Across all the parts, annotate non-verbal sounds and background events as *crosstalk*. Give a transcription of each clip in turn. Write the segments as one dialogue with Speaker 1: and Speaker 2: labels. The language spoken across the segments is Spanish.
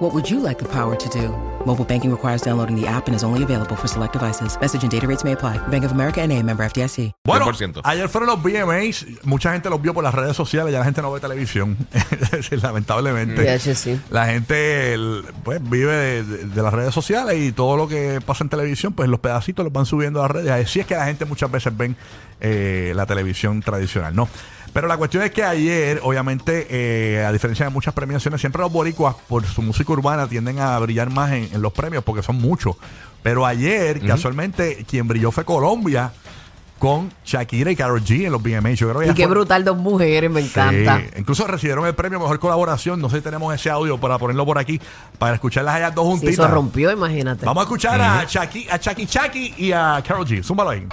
Speaker 1: What would you like the power to do? Mobile banking requires downloading the app and is only available for select devices. Message and data rates may apply. Bank of America and a member FDIC.
Speaker 2: Bueno,
Speaker 3: 100%.
Speaker 2: ayer fueron los VMAs, mucha gente los vio por las redes sociales, ya la gente no ve televisión, *laughs* Es decir, lamentablemente.
Speaker 4: Ya, sí, sí.
Speaker 2: La gente el, pues vive de, de- de las redes sociales y todo lo que pasa en televisión, pues los pedacitos los van subiendo a las redes. Así es que la gente muchas veces ven eh, la televisión tradicional, ¿no? Pero la cuestión es que ayer, obviamente, eh, a diferencia de muchas premiaciones, siempre los boricuas por su música urbana tienden a brillar más en, en los premios porque son muchos. Pero ayer, casualmente, quien brilló fue Colombia con Shakira y Karol G en los BMAs. Yo creo que
Speaker 4: Y
Speaker 2: ellas
Speaker 4: qué
Speaker 2: fueron-
Speaker 4: brutal, dos mujeres, me
Speaker 2: Sí,
Speaker 4: encanta.
Speaker 2: Incluso recibieron el premio Mejor Colaboración. No sé si tenemos ese audio para ponerlo por aquí, para escucharlas allá dos
Speaker 4: Si eso
Speaker 2: juntitas.
Speaker 4: rompió, imagínate.
Speaker 2: Vamos a escuchar a Chucky, a Chucky Chucky y a Carol G. Zúmbalo ahí.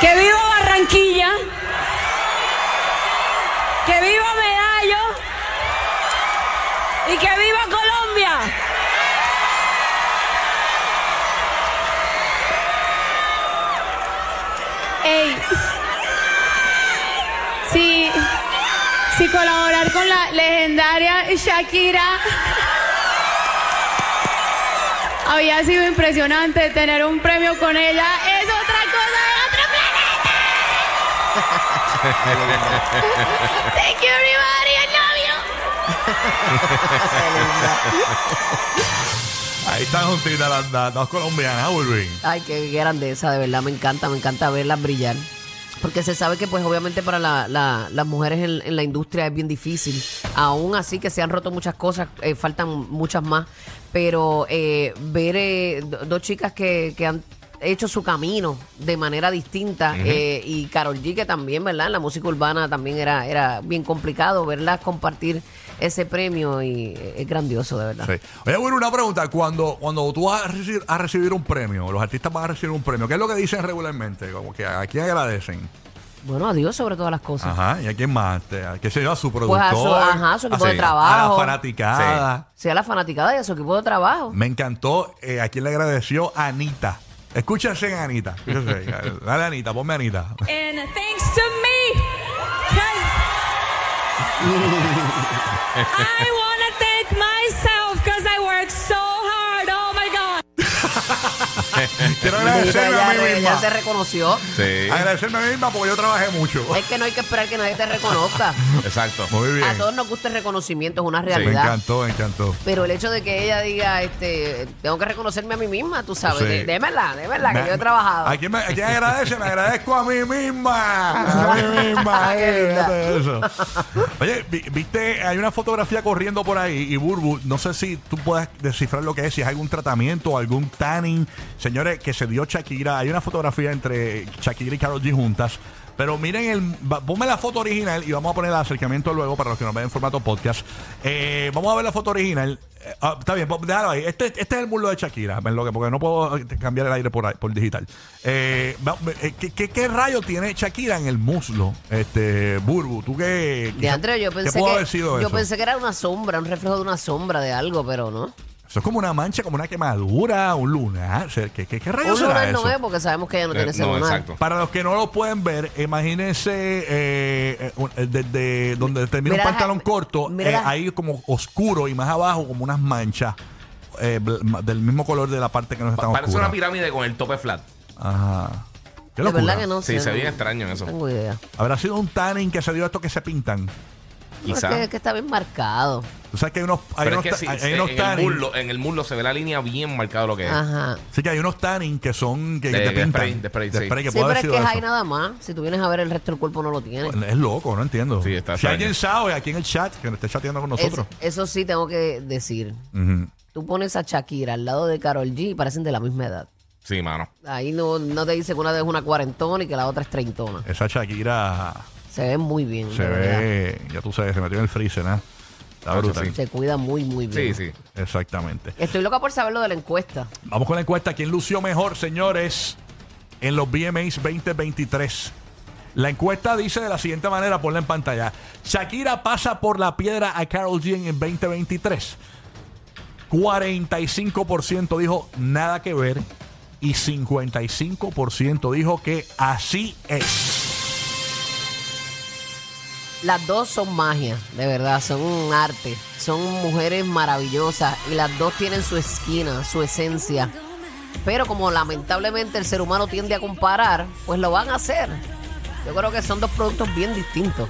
Speaker 5: Que viva Barranquilla. Que viva Medallo. Y que viva Colombia. Ey. Sí. Sí, colaborar con la legendaria Shakira. Había sido impresionante tener un premio con ella. Es otra cosa de otro planeta. Thank you everybody, I love you.
Speaker 2: Ahí están juntitas las, las dos colombianas, ah, Urban.
Speaker 4: Ay, qué grandeza, de verdad, me encanta, me encanta verlas brillar. Porque se sabe que, pues, obviamente para la- la- las mujeres en, en la industria es bien difícil. Aún así que se han roto muchas cosas, eh, faltan muchas más. Pero eh, ver eh, do- dos chicas que, que han hecho su camino de manera distinta eh, y Carol G que también, ¿verdad? En la música urbana también era, era bien complicado verlas compartir ese premio y eh, es grandioso, de verdad.
Speaker 2: Sí. Oye, bueno, una pregunta. Cuando, cuando tú vas a recibir, a recibir un premio, los artistas van a recibir un premio, ¿qué es lo que dicen regularmente? Como que a quién agradecen.
Speaker 4: Bueno, adiós sobre todas las cosas.
Speaker 2: Ajá, ¿y a quién más? Te- ¿A qué se llama? A su productor.
Speaker 4: Pues a su- ajá, a su equipo de
Speaker 2: sí. A la
Speaker 4: trabajo.
Speaker 2: fanaticada.
Speaker 4: sea la fanaticada y a su equipo de trabajo.
Speaker 2: Me encantó. Eh, aquí le agradeció Anita. Escúchense a Anita. Escúchense ahí.
Speaker 4: *laughs*
Speaker 2: Dale, Anita, ponme a Anita.
Speaker 5: And thanks to me, 'cause I want to thank myself because I worked so hard. Oh my God.
Speaker 2: Quiero
Speaker 4: Mira,
Speaker 2: agradecerme a
Speaker 4: ya,
Speaker 2: mí
Speaker 4: re- ya
Speaker 2: misma.
Speaker 4: se reconoció.
Speaker 3: Sí,
Speaker 2: Agradecerme a mí misma porque yo trabajé mucho.
Speaker 4: Es que no hay que esperar que nadie te reconozca.
Speaker 3: exacto.
Speaker 2: Muy bien.
Speaker 4: A todos nos gusta el reconocimiento, es una
Speaker 2: Me
Speaker 4: realidad.
Speaker 2: encantó, me encantó.
Speaker 4: pero el hecho de que ella diga, este, tengo que reconocerme a mí misma, tú sabes,
Speaker 2: Sí.
Speaker 4: de- démela, démela, que
Speaker 2: Me-
Speaker 4: yo he trabajado.
Speaker 2: ¿A quién, me, a quién agradece? Me agradezco a mí
Speaker 4: *laughs*
Speaker 2: misma. A mí misma.
Speaker 4: Qué
Speaker 2: eh,
Speaker 4: linda.
Speaker 2: fíjate eso. Oye, vi- viste, hay una fotografía corriendo por ahí y Burbu, no sé si tú puedes descifrar lo que es, si es algún tratamiento, algún tanning. Señores, que se dio Shakira. Hay una fotografía entre Shakira y Karol G juntas. Pero miren, el, va- ponme la foto original y vamos a poner el acercamiento luego para los que nos ven en formato podcast. Eh, vamos a ver la foto original. Eh, ah, está bien, pon- déjalo ahí. Este, este es el muslo de Shakira, ven lo que- porque no puedo eh, cambiar el aire por, ahí- por digital. Eh, va- eh, ¿qué, qué, qué rayo tiene Shakira en el muslo? Este, Burbu, tú qué.
Speaker 4: de Andrea, yo
Speaker 2: qué
Speaker 4: pensé
Speaker 2: pudo
Speaker 4: que
Speaker 2: haber sido
Speaker 4: yo
Speaker 2: eso?
Speaker 4: pensé que era una sombra, un reflejo de una sombra de algo, pero no.
Speaker 2: Eso es como una mancha, como una quemadura, un lunar. ¿Qué, qué, qué rayo
Speaker 4: Un
Speaker 2: será
Speaker 4: lunar
Speaker 2: eso?
Speaker 4: no es porque sabemos que ella no
Speaker 3: Eh,
Speaker 4: tiene ese
Speaker 3: no,
Speaker 4: lunar.
Speaker 3: exacto.
Speaker 2: Para los que no lo pueden ver, imagínense eh, eh, un- eh, desde donde termina un
Speaker 4: Mira las-
Speaker 2: pantalón corto,
Speaker 4: mira
Speaker 2: eh,
Speaker 4: las-
Speaker 2: ahí como oscuro y más abajo como unas manchas eh, bl- ma- del mismo color de la parte que no está
Speaker 3: Pa-
Speaker 2: tan
Speaker 3: Parece una
Speaker 2: oscura.
Speaker 3: pirámide con el tope flat.
Speaker 2: Ajá. Qué
Speaker 4: De
Speaker 2: locura.
Speaker 4: verdad que no
Speaker 3: Sí,
Speaker 4: sé.
Speaker 3: se ve
Speaker 4: no-
Speaker 3: extraño
Speaker 4: No
Speaker 3: eso.
Speaker 4: tengo idea.
Speaker 2: Habrá sido un tanning que se dio a estos que se pintan.
Speaker 3: Quizá.
Speaker 4: Porque es que está bien marcado.
Speaker 2: O sea que hay unos, hay
Speaker 3: Pero
Speaker 2: unos,
Speaker 3: es que
Speaker 2: ta-
Speaker 3: sí,
Speaker 2: hay
Speaker 3: sí,
Speaker 2: unos
Speaker 3: en, el
Speaker 2: tanning.
Speaker 3: muslo, en el muslo se ve la línea bien marcada lo que es.
Speaker 4: Ajá.
Speaker 2: Sí que hay unos tanning que son que, que
Speaker 3: De-
Speaker 2: te
Speaker 3: de
Speaker 2: pintan.
Speaker 3: spray, de spray, sí.
Speaker 2: que
Speaker 4: Sí,
Speaker 2: puede
Speaker 4: pero
Speaker 2: haber
Speaker 4: es
Speaker 2: sido
Speaker 4: que es
Speaker 2: eso.
Speaker 4: ahí nada más. Si tú vienes a ver el resto del cuerpo no lo tiene.
Speaker 2: Es loco, no entiendo.
Speaker 3: Sí, está
Speaker 2: si
Speaker 3: extraño.
Speaker 2: alguien sabe aquí en el chat que nos esté chateando con
Speaker 4: Es-
Speaker 2: nosotros.
Speaker 4: eso sí tengo que decir.
Speaker 2: Ujú.
Speaker 4: Tú pones a Shakira al lado de Carol G y parecen de la misma edad.
Speaker 3: Sí, mano.
Speaker 4: Ahí no, no te dice que una es una cuarentona y que la otra es treintona.
Speaker 2: Esa Shakira
Speaker 4: Se ven muy bien.
Speaker 2: se
Speaker 4: de verdad.
Speaker 2: ve, ya tú sabes, se metió en el freezer, ¿eh? Está
Speaker 3: Ocho,
Speaker 2: brutal.
Speaker 3: sí.
Speaker 4: Se cuida muy, muy
Speaker 3: Sí,
Speaker 4: bien.
Speaker 3: sí.
Speaker 2: Exactamente.
Speaker 4: Estoy loca por saber lo de la encuesta.
Speaker 2: Vamos con la encuesta. ¿Quién lució mejor, señores? en los BMAs 2023. La encuesta dice de la siguiente manera, ponla en pantalla. Shakira pasa por la piedra a Carol G en el 2023. 45% dijo nada que ver y 55% dijo que así es.
Speaker 4: Las dos son magia, de verdad, son un arte, son mujeres maravillosas y las dos tienen su esquina, su esencia. Pero como lamentablemente el ser humano tiende a comparar, pues lo van a hacer. Yo creo que son dos productos bien distintos.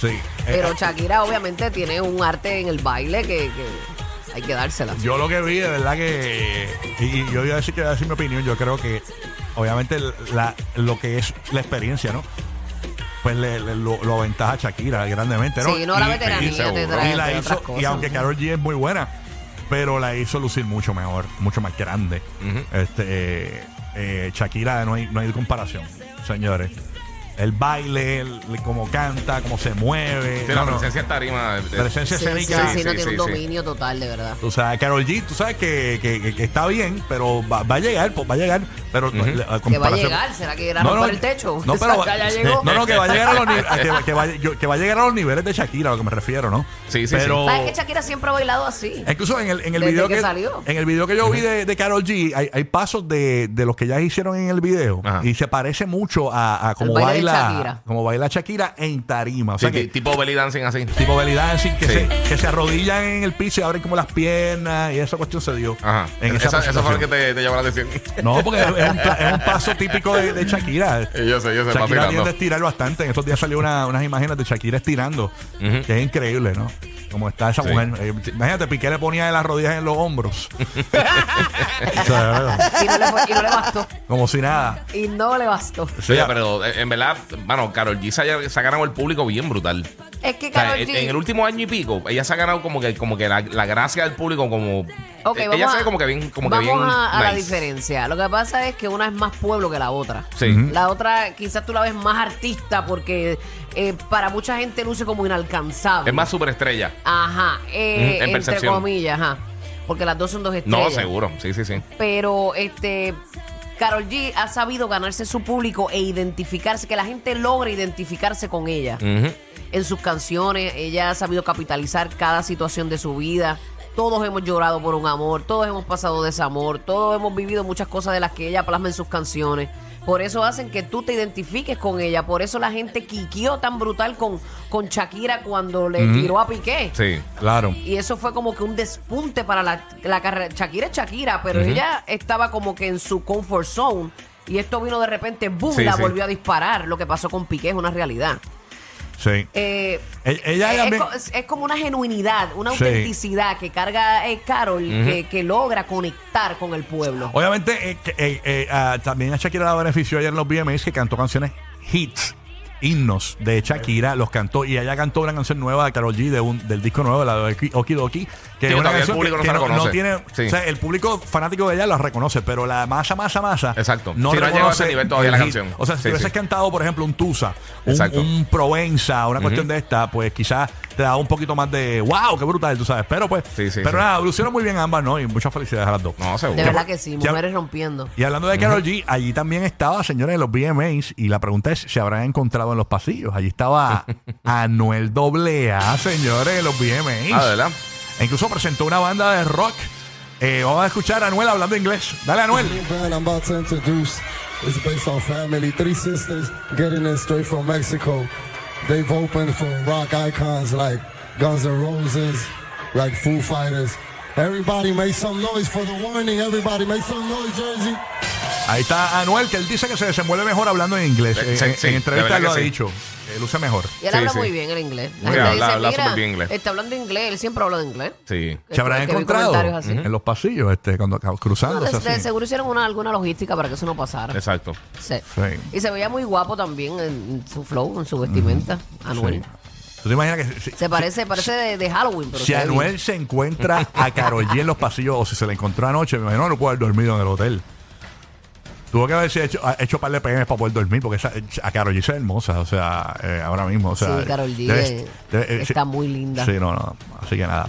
Speaker 2: Sí. eh,
Speaker 4: Pero Shakira obviamente tiene un arte en el baile que, que hay que dársela.
Speaker 2: Yo lo que vi, de verdad que. Y, y yo voy a decir que voy a decir mi opinión. Yo creo que, obviamente, la- lo que es la experiencia, ¿no? Pues le- le- lo, lo aventaja a Shakira grandemente, ¿no?
Speaker 4: Sí, no, la
Speaker 2: Y-
Speaker 4: veteranía
Speaker 2: y-
Speaker 4: te
Speaker 3: seguro.
Speaker 4: trae,
Speaker 2: y la
Speaker 4: trae otras
Speaker 2: hizo,
Speaker 4: cosas.
Speaker 2: y aunque Carol G es muy buena, pero la hizo lucir mucho mejor, mucho más grande. Este eh, eh, Shakira no hay, no hay comparación, señores. El baile, el- el- cómo canta, cómo se mueve.
Speaker 3: De la
Speaker 2: no, no.
Speaker 3: presencia en tarima. eh, de- de-
Speaker 2: Presencia
Speaker 4: Sí, sí, sí,
Speaker 2: escénica.
Speaker 4: sí, no
Speaker 3: Sí,
Speaker 4: tiene
Speaker 3: sí,
Speaker 4: un
Speaker 3: sí.
Speaker 4: dominio total, de verdad.
Speaker 2: O sea, Carol G, tú sabes que, que- que- que está bien, pero va, va a llegar, pues va a llegar. Pero le- a
Speaker 4: Que va a
Speaker 2: comparación-
Speaker 4: llegar, ¿será que irá a romper el techo?
Speaker 2: No, pero va-
Speaker 4: *laughs* ya llegó.
Speaker 2: no, no, que va a llegar a los nive- a que, va- que va, yo- que va a llegar a los niveles de Shakira, a lo que me refiero, ¿no?
Speaker 3: Sí, sí,
Speaker 2: pero,
Speaker 4: Ah, es que Shakira siempre ha bailado así.
Speaker 2: Incluso en el, en el
Speaker 4: Desde
Speaker 2: video
Speaker 4: que
Speaker 2: que,
Speaker 4: salió.
Speaker 2: en el video que yo vi de, de Carol G, hay, hay pasos de, de los que ya hicieron en el video
Speaker 3: Ajá.
Speaker 2: y se parece mucho a, a como
Speaker 4: baile de
Speaker 2: baila
Speaker 4: Shakira.
Speaker 2: como baila Shakira en tarima, o
Speaker 3: Sí,
Speaker 2: sea
Speaker 3: ti-
Speaker 2: que
Speaker 3: tipo belly dancing así.
Speaker 2: tipo belly dancing que,
Speaker 3: Sí.
Speaker 2: se, que se arrodillan en el piso y abren como las piernas y esa cuestión se dio.
Speaker 3: Ajá.
Speaker 2: en esa
Speaker 3: esa, esa fue la
Speaker 2: presentación.
Speaker 3: que te, te llamó la atención.
Speaker 2: *laughs* No, porque es un, pla- es un paso típico de, de Shakira.
Speaker 3: Y yo sé, yo
Speaker 2: Shakira
Speaker 3: sé,
Speaker 2: este-
Speaker 3: vacilando.
Speaker 2: tiende a estirar bastante. En estos días salió una- unas imágenes de Shakira estirando,
Speaker 3: Ujú.
Speaker 2: que es increíble, ¿no? Como está esa
Speaker 3: Sí.
Speaker 2: mujer. Eh, imagínate, Piqué le ponía las rodillas en los hombros. *laughs* O sea,
Speaker 4: Y no le fue- y no le bastó.
Speaker 2: como si nada.
Speaker 4: Y no le bastó.
Speaker 3: Oye, pero eh, en verdad, bueno, Carol G se ha- se ha ganado el público bien brutal.
Speaker 4: Es que
Speaker 3: O sea,
Speaker 4: Karol
Speaker 3: en,
Speaker 4: G.
Speaker 3: en el último año y pico, ella se ha ganado como que, como que la, la gracia del público, como
Speaker 4: Ok,
Speaker 3: eh,
Speaker 4: vamos
Speaker 3: ella
Speaker 4: a-
Speaker 3: se ve como que bien, como que
Speaker 4: vamos
Speaker 3: bien
Speaker 4: a, a la
Speaker 3: nice.
Speaker 4: diferencia. Lo que pasa es que una es más pueblo que la otra.
Speaker 3: Sí.
Speaker 4: La otra quizás tú la ves más artista porque eh, para mucha gente luce como inalcanzable.
Speaker 3: Es más superestrella.
Speaker 4: Ajá,
Speaker 3: Ujú, en
Speaker 4: eh, entre
Speaker 3: percepción.
Speaker 4: comillas, ajá. Porque las dos son dos
Speaker 3: No,
Speaker 4: estrellas.
Speaker 3: seguro. Sí, sí, sí.
Speaker 4: Pero este Carol G ha sabido ganarse su público e identificarse, que la gente logre identificarse con ella
Speaker 3: Ujú.
Speaker 4: en sus canciones. Ella ha sabido capitalizar cada situación de su vida. Todos hemos llorado por un amor, todos hemos pasado desamor, todos hemos vivido muchas cosas de las que ella plasma en sus canciones. Por eso hacen que tú te identifiques con ella. Por eso la gente quiquió tan brutal con, con Shakira cuando le tiró a Piqué.
Speaker 3: Sí.
Speaker 2: Claro.
Speaker 4: Y eso fue como que un despunte para la, la carrera. Shakira es Shakira, pero ella estaba como que en su comfort zone. Y esto vino de repente, boom,
Speaker 3: Sí,
Speaker 4: la
Speaker 3: sí.
Speaker 4: volvió a disparar. Lo que pasó con Piqué es una realidad.
Speaker 2: Sí.
Speaker 4: Eh,
Speaker 2: E- ella
Speaker 4: es,
Speaker 2: también-
Speaker 4: co- es- es como una genuinidad, una
Speaker 2: Sí.
Speaker 4: autenticidad que carga eh, Carol, que, que logra conectar con el pueblo.
Speaker 2: Obviamente, eh, que- eh, eh, ah, también a Shakira la benefició ayer en los VMAs que cantó canciones hits, himnos de Shakira, los cantó y ella cantó una canción nueva de Karol G de un- del disco nuevo, la de Oki- Okidoki, que
Speaker 3: que
Speaker 2: es una
Speaker 3: todavía el
Speaker 2: canción que,
Speaker 3: público no
Speaker 2: que
Speaker 3: se
Speaker 2: no,
Speaker 3: reconoce.
Speaker 2: no tiene,
Speaker 3: Sí.
Speaker 2: o sea, el público fanático de ella la reconoce, pero la masa, masa, masa,
Speaker 3: Exacto.
Speaker 2: no
Speaker 3: Sí, no ha llegado a ese
Speaker 2: reconoce
Speaker 3: nivel todavía
Speaker 2: el
Speaker 3: la
Speaker 2: hit.
Speaker 3: canción.
Speaker 2: O sea, si
Speaker 3: Sí,
Speaker 2: hubieses
Speaker 3: sí.
Speaker 2: cantado, por ejemplo, un Tusa, un,
Speaker 3: Exacto.
Speaker 2: un Provenza, una cuestión de esta, pues quizás te da un poquito más de wow, qué brutal, tú sabes, pero pues,
Speaker 3: Sí, sí,
Speaker 2: pero
Speaker 3: sí.
Speaker 2: nada, evolucionan muy bien ambas, ¿no? Y muchas felicidades a las dos.
Speaker 3: No,
Speaker 4: De
Speaker 3: seguro.
Speaker 4: verdad que sí,
Speaker 2: Ya-
Speaker 4: mujeres rompiendo.
Speaker 2: Y hablando de Carol G, allí también estaba, señores, en los BMAs. Y la pregunta es: ¿se habrán encontrado en los pasillos? Allí estaba
Speaker 3: *laughs*
Speaker 2: Anuel AA, señores, en los BMAs.
Speaker 3: Ah, ¿de verdad?
Speaker 2: E incluso presentó una banda de rock. Eh, vamos a escuchar a Anuel hablando inglés. Dale, Anuel.
Speaker 6: new band I'm about to introduce is based on family. Three sisters getting it straight from Mexico. They've opened for rock icons like Guns N' Roses, like Foo Fighters. Everybody make some noise for the warning. Everybody make some noise, Jersey.
Speaker 2: Ahí está Anuel, que él dice que se desenvuelve mejor hablando en inglés.
Speaker 3: Eh,
Speaker 2: Eh,
Speaker 3: sí,
Speaker 2: en,
Speaker 3: sí,
Speaker 2: en
Speaker 3: de
Speaker 2: entrevistas
Speaker 3: verdad
Speaker 2: lo
Speaker 3: que
Speaker 2: ha
Speaker 3: sí.
Speaker 2: dicho. Él usa mejor.
Speaker 4: Y él
Speaker 3: Sí,
Speaker 4: habla
Speaker 3: sí.
Speaker 4: muy bien el inglés. La
Speaker 3: Sí,
Speaker 4: gente
Speaker 3: habla-
Speaker 4: dice,
Speaker 3: habla
Speaker 4: "Mira,
Speaker 3: súper bien inglés".
Speaker 4: está hablando inglés, él siempre habla de inglés. Este,
Speaker 3: Sí.
Speaker 2: ¿Se habrán
Speaker 4: que vi
Speaker 2: encontrado
Speaker 4: comentarios así.
Speaker 2: en los pasillos este, cuando
Speaker 4: No,
Speaker 2: cruzando?
Speaker 4: de, de Este, seguro hicieron una, alguna logística para que eso no pasara.
Speaker 3: Exacto.
Speaker 4: Sí.
Speaker 2: Sí.
Speaker 4: Y se veía muy guapo también en su flow, en su vestimenta, Anuel.
Speaker 2: ¿Tú te imaginas que si-
Speaker 4: Se parece, parece de, de Halloween, pero
Speaker 2: Si
Speaker 4: se ve bien.
Speaker 2: Anuel se encuentra a Karol G en los pasillos o si se la encontró anoche, me imagino que no puede haber dormido en el hotel. Tuvo que haberse hecho, ha- hecho un par de PMs para poder dormir, porque esa- a Karol G se ve hermosa, o sea, eh, ahora mismo. O sea,
Speaker 4: Sí, Karol G,
Speaker 2: debes-
Speaker 4: eh,
Speaker 2: debe- eh,
Speaker 4: está
Speaker 2: sí.
Speaker 4: muy linda.
Speaker 2: Sí, no, no. Así que nada.